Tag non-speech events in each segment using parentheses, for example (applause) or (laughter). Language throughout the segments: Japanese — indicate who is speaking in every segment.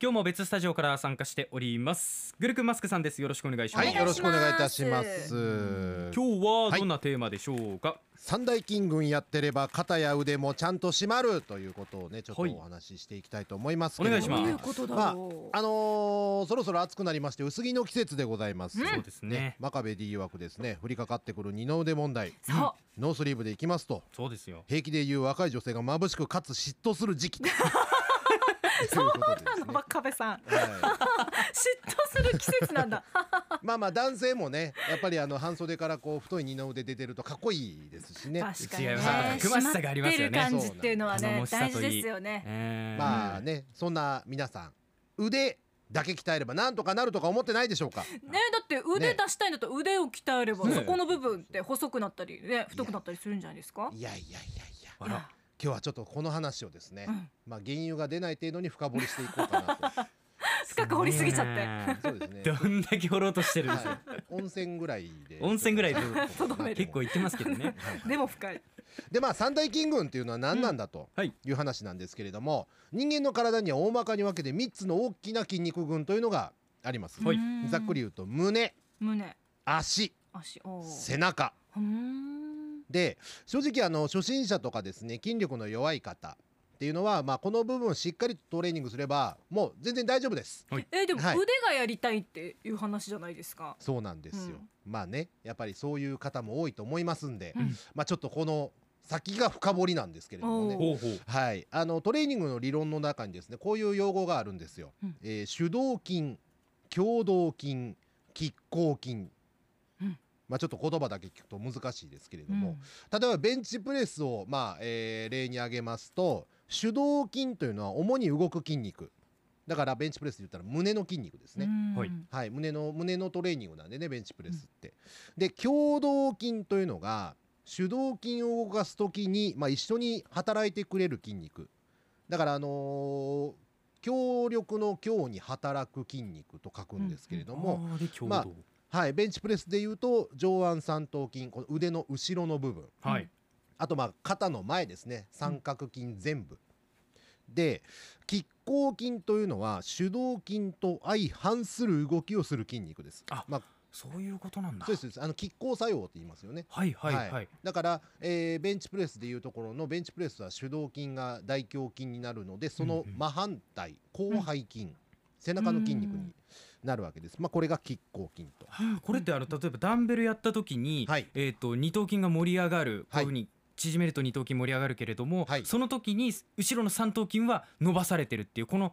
Speaker 1: 今日も別スタジオから参加しておりますぐるくんマスクさんですよろしくお願いしま
Speaker 2: は
Speaker 1: す、
Speaker 2: い、よろしくお願いいたします。
Speaker 1: 今日はどんなテーマでしょうか、
Speaker 2: 三大金軍やってれば肩や腕もちゃんと締まるということをねちょっと
Speaker 1: はい
Speaker 2: お話ししていきたいと思いますけれども、
Speaker 1: お願いしますどういう
Speaker 3: ことだろう
Speaker 2: あのーそろそろ暑くなりまして薄着の季節でございます。
Speaker 1: そうですね
Speaker 2: 真壁 D 曰くですね降りかかってくる二の腕問題
Speaker 3: そう
Speaker 2: ノースリーブでいきますと
Speaker 1: そうですよ
Speaker 2: 平気で言う若い女性が眩しくかつ嫉妬する時
Speaker 1: (laughs)
Speaker 2: (laughs) 期そう
Speaker 3: あの真壁さん嫉
Speaker 2: はい
Speaker 3: 妬する季節なんだ
Speaker 2: まあまあ男性もねやっぱりあの半袖からこう太い二の腕出てるとかっこいいです (laughs) しね
Speaker 3: 確かにね
Speaker 1: 違いますたくましさがありますよね
Speaker 3: 締まってる感じっていうのは
Speaker 1: 頼
Speaker 3: ね
Speaker 1: もしさ
Speaker 3: 大
Speaker 1: と
Speaker 3: 事
Speaker 1: いい
Speaker 3: ですよね
Speaker 1: えー
Speaker 2: まあねそんな皆さん腕だけ鍛えればなんとかなるとか思ってないでしょうか
Speaker 3: ねだって腕出したいんだったら腕を鍛えれば、
Speaker 1: ね
Speaker 3: そこの部分って細くなったりね太くなったりするんじゃないですか
Speaker 2: いやいやいやいや
Speaker 1: あら
Speaker 2: 今日はちょっとこの話をですね、
Speaker 3: うん
Speaker 2: まあ原油が出ない程度に深掘りしていこうかなと
Speaker 3: 深く掘りすぎちゃって、
Speaker 1: (laughs) て
Speaker 2: そうですね
Speaker 1: どんだけ掘ろうとしてるんですよ
Speaker 2: はい、温泉ぐらいで
Speaker 1: 温泉ぐらいで
Speaker 2: ちょっとね
Speaker 1: 結構言ってますけどね
Speaker 2: はい
Speaker 3: でも深い
Speaker 2: でまあ三大金群っていうのは何なんだと
Speaker 1: はい
Speaker 2: いう話なんですけれども、人間の体には大まかに分けて3つの大きな筋肉群というのがあります、
Speaker 1: はい
Speaker 3: うん
Speaker 2: ざっくり言うと胸
Speaker 3: 胸
Speaker 2: 足
Speaker 3: 足おー
Speaker 2: 背中
Speaker 3: うーん
Speaker 2: で正直あの初心者とかですね筋力の弱い方っていうのは、まあ、この部分をしっかりとトレーニングすればもう全然大丈夫です
Speaker 3: えでも
Speaker 2: はい
Speaker 3: 腕がやりたいっていう話じゃないですか、
Speaker 2: そうなんですよ、まあねやっぱりそういう方も多いと思いますんで、
Speaker 3: うん
Speaker 2: まあ、ちょっとこの先が深掘りなんですけれどもね
Speaker 3: おー
Speaker 1: ほうほう
Speaker 2: はい、あのトレーニングの理論の中にですねこういう用語があるんですよ。
Speaker 3: うん
Speaker 2: えー主導筋共同筋拮抗筋、
Speaker 3: うん
Speaker 2: まあ、ちょっと言葉だけ聞くと難しいですけれど
Speaker 3: うん
Speaker 2: も、例えばベンチプレスを、まあえー例に挙げますと主導筋というのは主に動く筋肉だからベンチプレスで言ったら胸の筋肉ですね。
Speaker 3: うん
Speaker 1: はい
Speaker 2: はい、胸の胸のトレーニングなんでねベンチプレスって。で共同筋というのが主導筋を動かす時に、まあ、一緒に働いてくれる筋肉だからあのー強力の強に働く筋肉と書くんですけれども、
Speaker 1: あーで共
Speaker 2: ま
Speaker 1: 同
Speaker 2: はい、ベンチプレスでいうと上腕三頭筋この腕の後ろの部分
Speaker 1: はい
Speaker 2: あとまあ肩の前ですね三角筋全部、で拮抗筋というのは主導筋と相反する動きをする筋肉です
Speaker 1: あ
Speaker 2: まあ、
Speaker 1: そういうことなんだ
Speaker 2: そうですそうですあの拮抗作用って言いますよね
Speaker 1: はいはいはい、
Speaker 2: はいだから、えーベンチプレスでいうところのベンチプレスは主導筋が大胸筋になるのでそ
Speaker 1: う
Speaker 2: の
Speaker 1: んうん
Speaker 2: 真反対広背筋、背中の筋肉になるわけです、まあ、これが拮抗筋と
Speaker 1: これってあの例えばダンベルやった時に、
Speaker 2: はい
Speaker 1: えっ、と二頭筋が盛り上がる、
Speaker 2: はい
Speaker 1: こういうふうに縮めると二頭筋盛り上がるけれども、
Speaker 2: はい
Speaker 1: その時に後ろの三頭筋は伸ばされてるっていうこの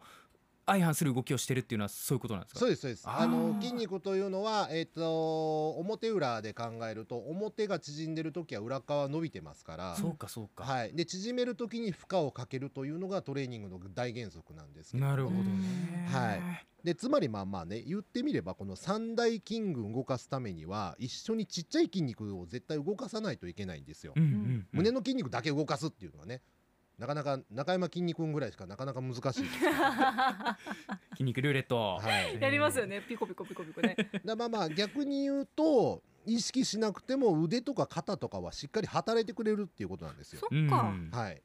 Speaker 1: 相反する動きをしてるっていうのはそういうことなんですか。
Speaker 2: そうですそうです
Speaker 1: あー
Speaker 2: あの筋肉というのは、えっと表裏で考えると表が縮んでる時は裏側は伸びてますから
Speaker 1: そうかそうか。
Speaker 2: はい、で縮める時に負荷をかけるというのがトレーニングの大原則なんですけど
Speaker 1: なるほどね。
Speaker 2: はでつまりまあまあね言ってみればこの三大筋群動かすためには一緒にちっちゃい筋肉を絶対動かさないといけないんですよ。
Speaker 1: うんうん、うん、
Speaker 2: 胸の筋肉だけ動かすっていうのはねなかなか中山筋肉群ぐらいしかなかなか難しい
Speaker 1: (laughs)
Speaker 2: ですよ
Speaker 1: 筋肉ルーレット。
Speaker 2: はい
Speaker 3: (laughs) やりますよねピコピコピコ
Speaker 2: (laughs)
Speaker 3: ピコね
Speaker 2: だまあまあ逆に言うと意識しなくても腕とか肩とかはしっかり働いてくれるっていうことなんですよ
Speaker 3: そ。
Speaker 1: うん。
Speaker 3: っか、
Speaker 1: うん
Speaker 2: はい、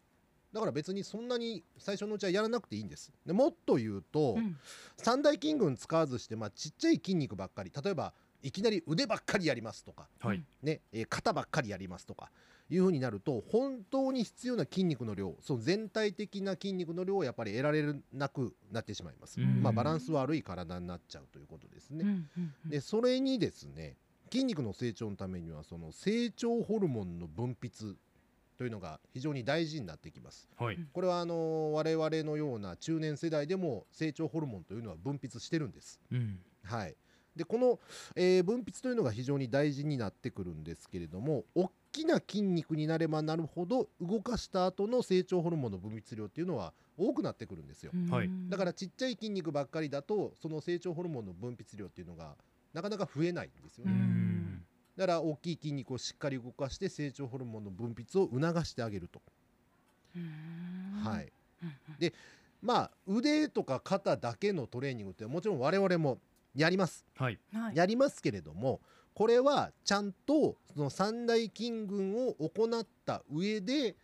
Speaker 2: だから別にそんなに最初のうちはやらなくていいんです。でもっと言うと、
Speaker 3: うん
Speaker 2: 三大筋群使わずして、まあ、ちっちゃい筋肉ばっかり例えばいきなり腕ばっかりやりますとか、
Speaker 1: はい。
Speaker 2: ねえー肩ばっかりやりますとかいうふうになると本当に必要な筋肉の量その全体的な筋肉の量をやっぱり得られなくなってしまいます。
Speaker 1: うん
Speaker 2: まあ、バランス悪い体になっちゃうということですね。
Speaker 3: うんうんうん
Speaker 2: でそれにですね筋肉の成長のためにはその成長ホルモンの分泌というのが非常に大事になってきます
Speaker 1: はい。
Speaker 2: これはあの我々のような中年世代でも成長ホルモンというのは分泌してるんです
Speaker 1: うん。
Speaker 2: はいでこの、えー分泌というのが非常に大事になってくるんですけれども大きな筋肉になればなるほど動かした後の成長ホルモンの分泌量っていうのは多くなってくるんですよ
Speaker 1: はい
Speaker 3: うん
Speaker 2: だからちっちゃい筋肉ばっかりだとその成長ホルモンの分泌量っていうのがなかなか増えないんですよ
Speaker 1: う
Speaker 2: ね、
Speaker 1: ん。
Speaker 2: だから大きい筋肉をしっかり動かして成長ホルモンの分泌を促してあげると、
Speaker 3: うん
Speaker 2: はい
Speaker 3: うん
Speaker 2: まあ腕とか肩だけのトレーニングってもちろん我々もやります、
Speaker 1: はい。
Speaker 3: うんはい
Speaker 2: やりますけれどもこれはちゃんとその三大筋群を行った上で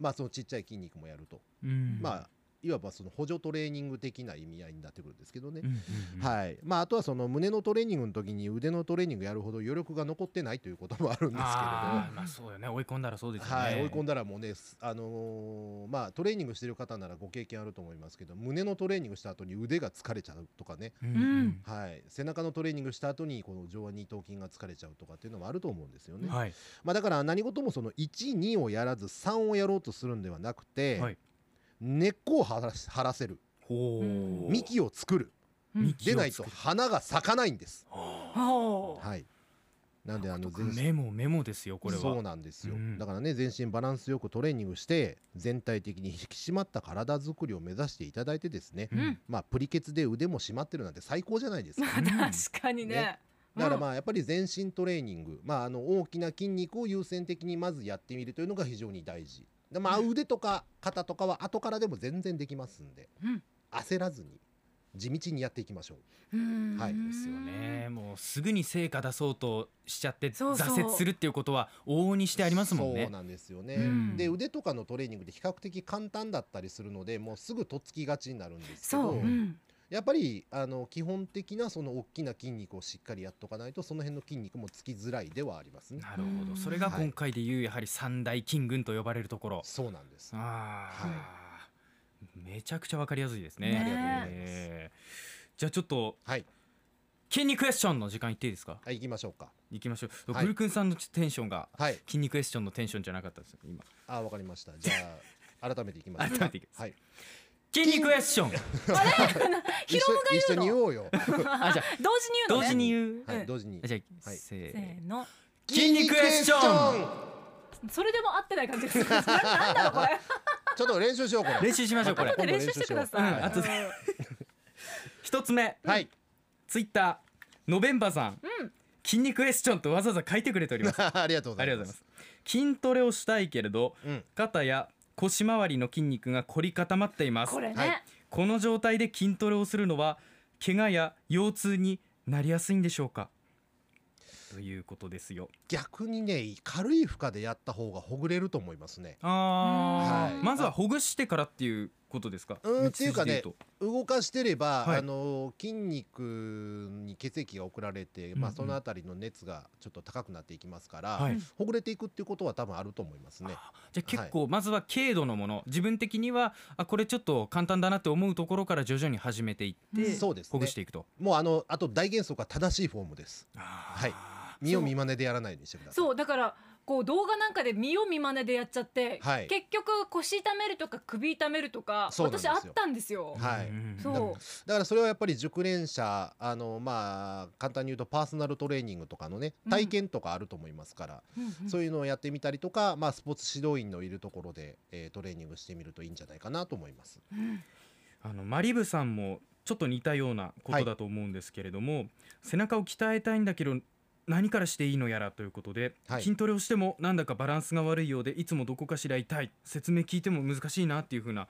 Speaker 2: まあそのちっちゃい筋肉もやると、
Speaker 1: うん。
Speaker 2: まあいわばその補助トレーニング的な意味合いになってくるんですけどね
Speaker 1: うん。うんうん
Speaker 2: はいまあ、あとはその胸のトレーニングの時に腕のトレーニングやるほど余力が残ってないということもあるんですけれど、
Speaker 1: あーまあそうよね追い込んだらそうですよね、
Speaker 2: はい、追い込んだらもうね、すあのーまあ、トレーニングしてる方ならご経験あると思いますけど胸のトレーニングした後に腕が疲れちゃうとかね、
Speaker 1: うん
Speaker 3: うん
Speaker 2: はい、背中のトレーニングした後にこの上腕二頭筋が疲れちゃうとかっていうのもあると思うんですよ
Speaker 1: うん
Speaker 2: ね、
Speaker 1: はい
Speaker 2: まあ、だから何事もその12をやらず3をやろうとするんではなくて、
Speaker 1: はい
Speaker 2: 根っこを張らし張らせる
Speaker 1: ほ
Speaker 3: うん
Speaker 1: う
Speaker 2: 幹を作る
Speaker 3: うん
Speaker 1: 幹
Speaker 2: でないと花が咲かないんです。
Speaker 3: はあ
Speaker 2: はい、なんであの全身
Speaker 1: メモメモですよこれは
Speaker 2: そうなんですよ、
Speaker 1: うん
Speaker 2: だからね全身バランスよくトレーニングして全体的に引き締まった体づくりを目指していただいてですね、
Speaker 1: うん
Speaker 3: うん
Speaker 2: まあプリケツで腕も締まってるなんて最高じゃない
Speaker 1: (laughs)
Speaker 2: ですか
Speaker 1: うん
Speaker 3: 確かにね
Speaker 2: ねだから
Speaker 3: あ
Speaker 2: まあやっぱり全身トレーニング、まあ、あの大きな筋肉を優先的にまずやってみるというのが非常に大事でまあ
Speaker 3: うん
Speaker 2: 腕とか肩とかは後からでも全然できますんで、
Speaker 3: うん
Speaker 2: 焦らずに地道にやっていきましょうはい
Speaker 1: ですよねもうすぐに成果出そうとしちゃって
Speaker 3: そうそう
Speaker 1: 挫折するっていうことは往々にしてありますもん
Speaker 2: そう
Speaker 1: ね
Speaker 2: なんですよね、
Speaker 1: うん
Speaker 2: で腕とかのトレーニングって比較的簡単だったりするのでもうすぐとっつきがちになるんですけ
Speaker 3: そ
Speaker 2: ど、
Speaker 3: う、うん、
Speaker 2: やっぱりあの基本的なその大きな筋肉をしっかりやっとかないとその辺の筋肉もつきづらいではありますね。
Speaker 1: なるほ
Speaker 3: う
Speaker 1: ど
Speaker 3: ん
Speaker 1: それが今回でいうやはり三大金軍と呼ばれるところ
Speaker 2: そうなんです。
Speaker 1: ああめちゃくちゃわかりやすいですね
Speaker 3: ね
Speaker 2: ありがとうございます
Speaker 1: えーじゃあちょっと
Speaker 2: はい、
Speaker 1: 筋肉クエスチョンの時間いっていいですか
Speaker 2: はい、行きましょうか。
Speaker 1: いきましょう、
Speaker 2: はい
Speaker 1: グルクンさんのテンションが
Speaker 2: はい、
Speaker 1: 筋肉クエスチョンのテンションじゃなかったです今
Speaker 2: あー、わかりました。じゃ
Speaker 1: (laughs)
Speaker 2: あ、改めていきましょ
Speaker 1: 改
Speaker 2: うか。
Speaker 1: めていきます (laughs)
Speaker 2: はい、
Speaker 1: 筋肉クエスチョン
Speaker 2: 一緒一緒に言おう
Speaker 1: (laughs)
Speaker 2: よ。
Speaker 1: あじゃあ
Speaker 3: 同時に言うの
Speaker 1: 同
Speaker 3: ね
Speaker 1: 時に言う、
Speaker 2: はい、同時に
Speaker 1: あ。じゃあ、
Speaker 2: はい
Speaker 1: せ
Speaker 3: せ
Speaker 1: ー
Speaker 3: ーの
Speaker 1: 筋肉クエスチョン
Speaker 2: ン。
Speaker 3: それでも合ってない感
Speaker 2: (laughs)
Speaker 3: じでするなんだろうこれ
Speaker 2: ちょっと練習しよう、これ。
Speaker 1: 練習しましょうこれ
Speaker 2: また
Speaker 3: 練習してください、
Speaker 1: うんあとで一つ目
Speaker 2: はい、
Speaker 1: ツイッターノベンバさん、
Speaker 3: うん
Speaker 1: 筋肉クエスチョンとわざわざ書いてくれております
Speaker 2: ありがとうご
Speaker 1: あ
Speaker 2: ざ
Speaker 1: り
Speaker 2: い
Speaker 1: がとうございま
Speaker 2: ま。
Speaker 1: すす筋トレをしたいけれど
Speaker 2: うん、
Speaker 1: 肩や腰回りの筋肉が凝り固まっています
Speaker 3: これね、
Speaker 2: はい
Speaker 1: この状態で筋トレをするのは怪我や腰痛になりやすいんでしょうかということですよ
Speaker 2: 逆にね、軽い負荷でやった方がほぐれると思いますね。
Speaker 1: あー、
Speaker 2: はい
Speaker 1: まずはほぐしてからっていうことですか
Speaker 2: うん
Speaker 1: 道筋で言と
Speaker 2: 動かしてれば、
Speaker 1: はい
Speaker 2: あの筋肉に血液が送られて、まあ、
Speaker 1: うんうん
Speaker 2: そのあたりの熱がちょっと高くなっていきますから、
Speaker 1: はい
Speaker 2: ほぐれていくっていうことは多分あると思いますね。
Speaker 1: じゃあ結構まずは軽度のもの、自分的にはあこれちょっと簡単だなって思うところから徐々に始めていって、
Speaker 3: うん
Speaker 2: そうですね
Speaker 1: ほぐしていくと
Speaker 2: もうあのあと大原則は正しいフォームです。
Speaker 1: はい
Speaker 2: 見よう見まねでやらないようにしてください。
Speaker 3: そうだからこう動画なんかで見よう見まねでやっちゃって、
Speaker 2: はい
Speaker 3: 結局腰痛めるとか首痛めるとか
Speaker 2: そうなんです
Speaker 3: 私
Speaker 2: よ
Speaker 3: あったんですよ。
Speaker 2: はい
Speaker 3: そう
Speaker 2: だからそれはやっぱり熟練者あのまあ簡単に言うとパーソナルトレーニングとかのね
Speaker 3: うん
Speaker 2: 体験とかあると思いますから、そういうのをやってみたりとか、まあ、スポーツ指導員のいるところで、えートレーニングしてみるといいんじゃないかなと思います。
Speaker 3: うん
Speaker 1: あのマリブさんもちょっと似たようなことだと思うんですけれども、背中を鍛えたいんだけど何からしていいのやらということで、
Speaker 2: はい
Speaker 1: 筋トレをしてもなんだかバランスが悪いようでいつもどこかしら痛い説明聞いても難しいなっていうふうな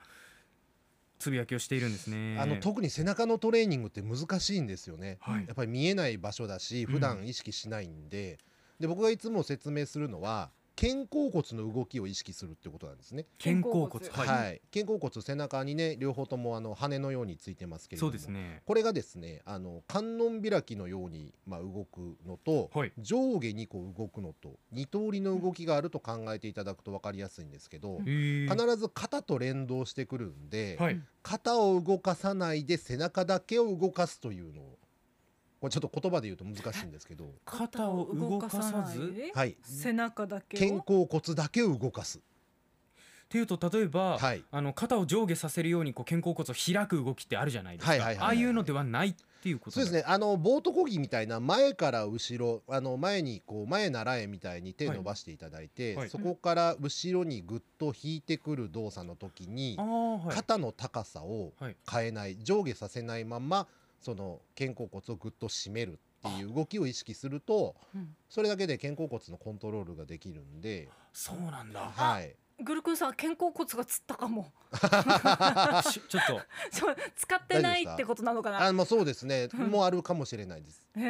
Speaker 1: つぶやきをしているんですね。
Speaker 2: あの特に背中のトレーニングって難しいんですよね。
Speaker 1: はい
Speaker 2: やっぱり見えない場所だし
Speaker 1: うん
Speaker 2: 普段意識しないんで,、で僕がいつも説明するのは肩甲骨の動きを意識するってことなんですね。
Speaker 1: 肩甲骨
Speaker 3: 肩甲
Speaker 2: はい、
Speaker 1: はい
Speaker 2: 肩甲骨背中にね両方ともあの羽のようについてますけれど
Speaker 1: そう
Speaker 2: も
Speaker 1: ですね。
Speaker 2: これがですねあの観音開きのように、まあ、動くのと、
Speaker 1: はい
Speaker 2: 上下にこう動くのと二通りの動きがあると考えていただくと分かりやすいんですけど、
Speaker 3: うん
Speaker 1: へー
Speaker 2: 必ず肩と連動してくるんで、
Speaker 1: はい。
Speaker 2: 肩を動かさないで背中だけを動かすというのをこれちょっと言葉で言うと難しいんですけど
Speaker 1: 肩を動かさず
Speaker 3: 動ないで
Speaker 2: はい
Speaker 3: 背中だけ
Speaker 2: 肩
Speaker 3: を
Speaker 2: 甲骨だけを動かす
Speaker 1: っていうと例えば、
Speaker 2: はい
Speaker 1: あの肩を上下させるようにこう肩甲骨を開く動きってあるじゃないですか、
Speaker 2: はいはいはいはい
Speaker 1: ああいうのではないっていうこと
Speaker 2: そうですねあのボート漕ぎみたいな前から後ろあの前にこう前習えみたいに手
Speaker 1: はい
Speaker 2: 伸ばしていただいて、
Speaker 1: はい
Speaker 2: そこから後ろにぐっと引いてくる動作の時に
Speaker 1: あ、あはい
Speaker 2: 肩の高さを
Speaker 1: はい
Speaker 2: 変えない上下させないままその肩甲骨をぐっと締めるっていう動きを意識すると
Speaker 3: うん
Speaker 2: それだけで肩甲骨のコントロールができるんで、
Speaker 1: そうなん (laughs) だ
Speaker 2: はい、
Speaker 3: グルクンさん肩甲骨がつったかも
Speaker 1: し (laughs) ちょっと
Speaker 3: そう使ってないってことなのかな
Speaker 2: あもうそうですねもうあるかもしれないです
Speaker 3: へ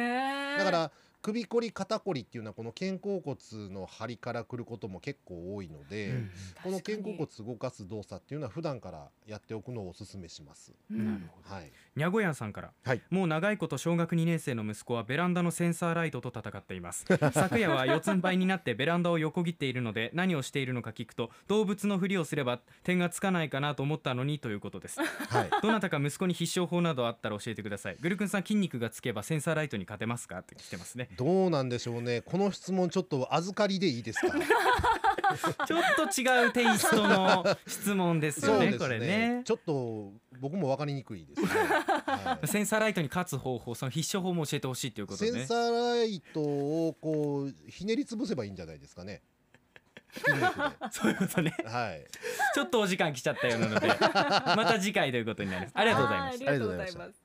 Speaker 3: え
Speaker 2: だから首こり肩こりっていうのはこの肩甲骨の張りからくることも結構多いので、
Speaker 1: うん
Speaker 2: この肩甲骨
Speaker 3: 確
Speaker 2: 動かす動作っていうのは普段からやっておくのをお勧めします。
Speaker 3: かに
Speaker 1: なるほど
Speaker 2: はい、
Speaker 1: にゃごやんさんから、
Speaker 2: はい
Speaker 1: もう長いこと小学2年生の息子はベランダのセンサーライトと戦っています (laughs) 昨夜は四つん這いになってベランダを横切っているので何をしているのか聞くと動物のふりをすれば点がつかないかなと思ったのにということ (laughs) です
Speaker 2: はい、
Speaker 1: どなたか息子に必勝法などあったら教えてくださいグルクンさん筋肉がつけばセンサーライトに勝てますかって来て (laughs) ますね
Speaker 2: どうなんでしょうね。この質問ちょっと預かりでいいですか。
Speaker 1: ちょっと違うテイストの質問ですよねこれね
Speaker 2: ちょっと僕もわかりにくいです
Speaker 1: (laughs)
Speaker 2: ね。は
Speaker 1: センサーライトに勝つ方法その必勝法も教えてほしいという
Speaker 2: い、
Speaker 1: こと
Speaker 2: セ
Speaker 1: で
Speaker 2: ン
Speaker 1: ね
Speaker 2: サーライトをこうひねり潰せばいいんじゃないです
Speaker 1: (laughs)
Speaker 2: かね。筋肉で
Speaker 1: そういうことね (laughs)
Speaker 2: はい。
Speaker 1: ちょっとお時間来ちゃったようなの (laughs) でまた次回ということになりますあ
Speaker 3: か
Speaker 1: り
Speaker 3: に
Speaker 1: がとうございました
Speaker 3: はありがとうござい
Speaker 2: ありがとうございま
Speaker 3: ます。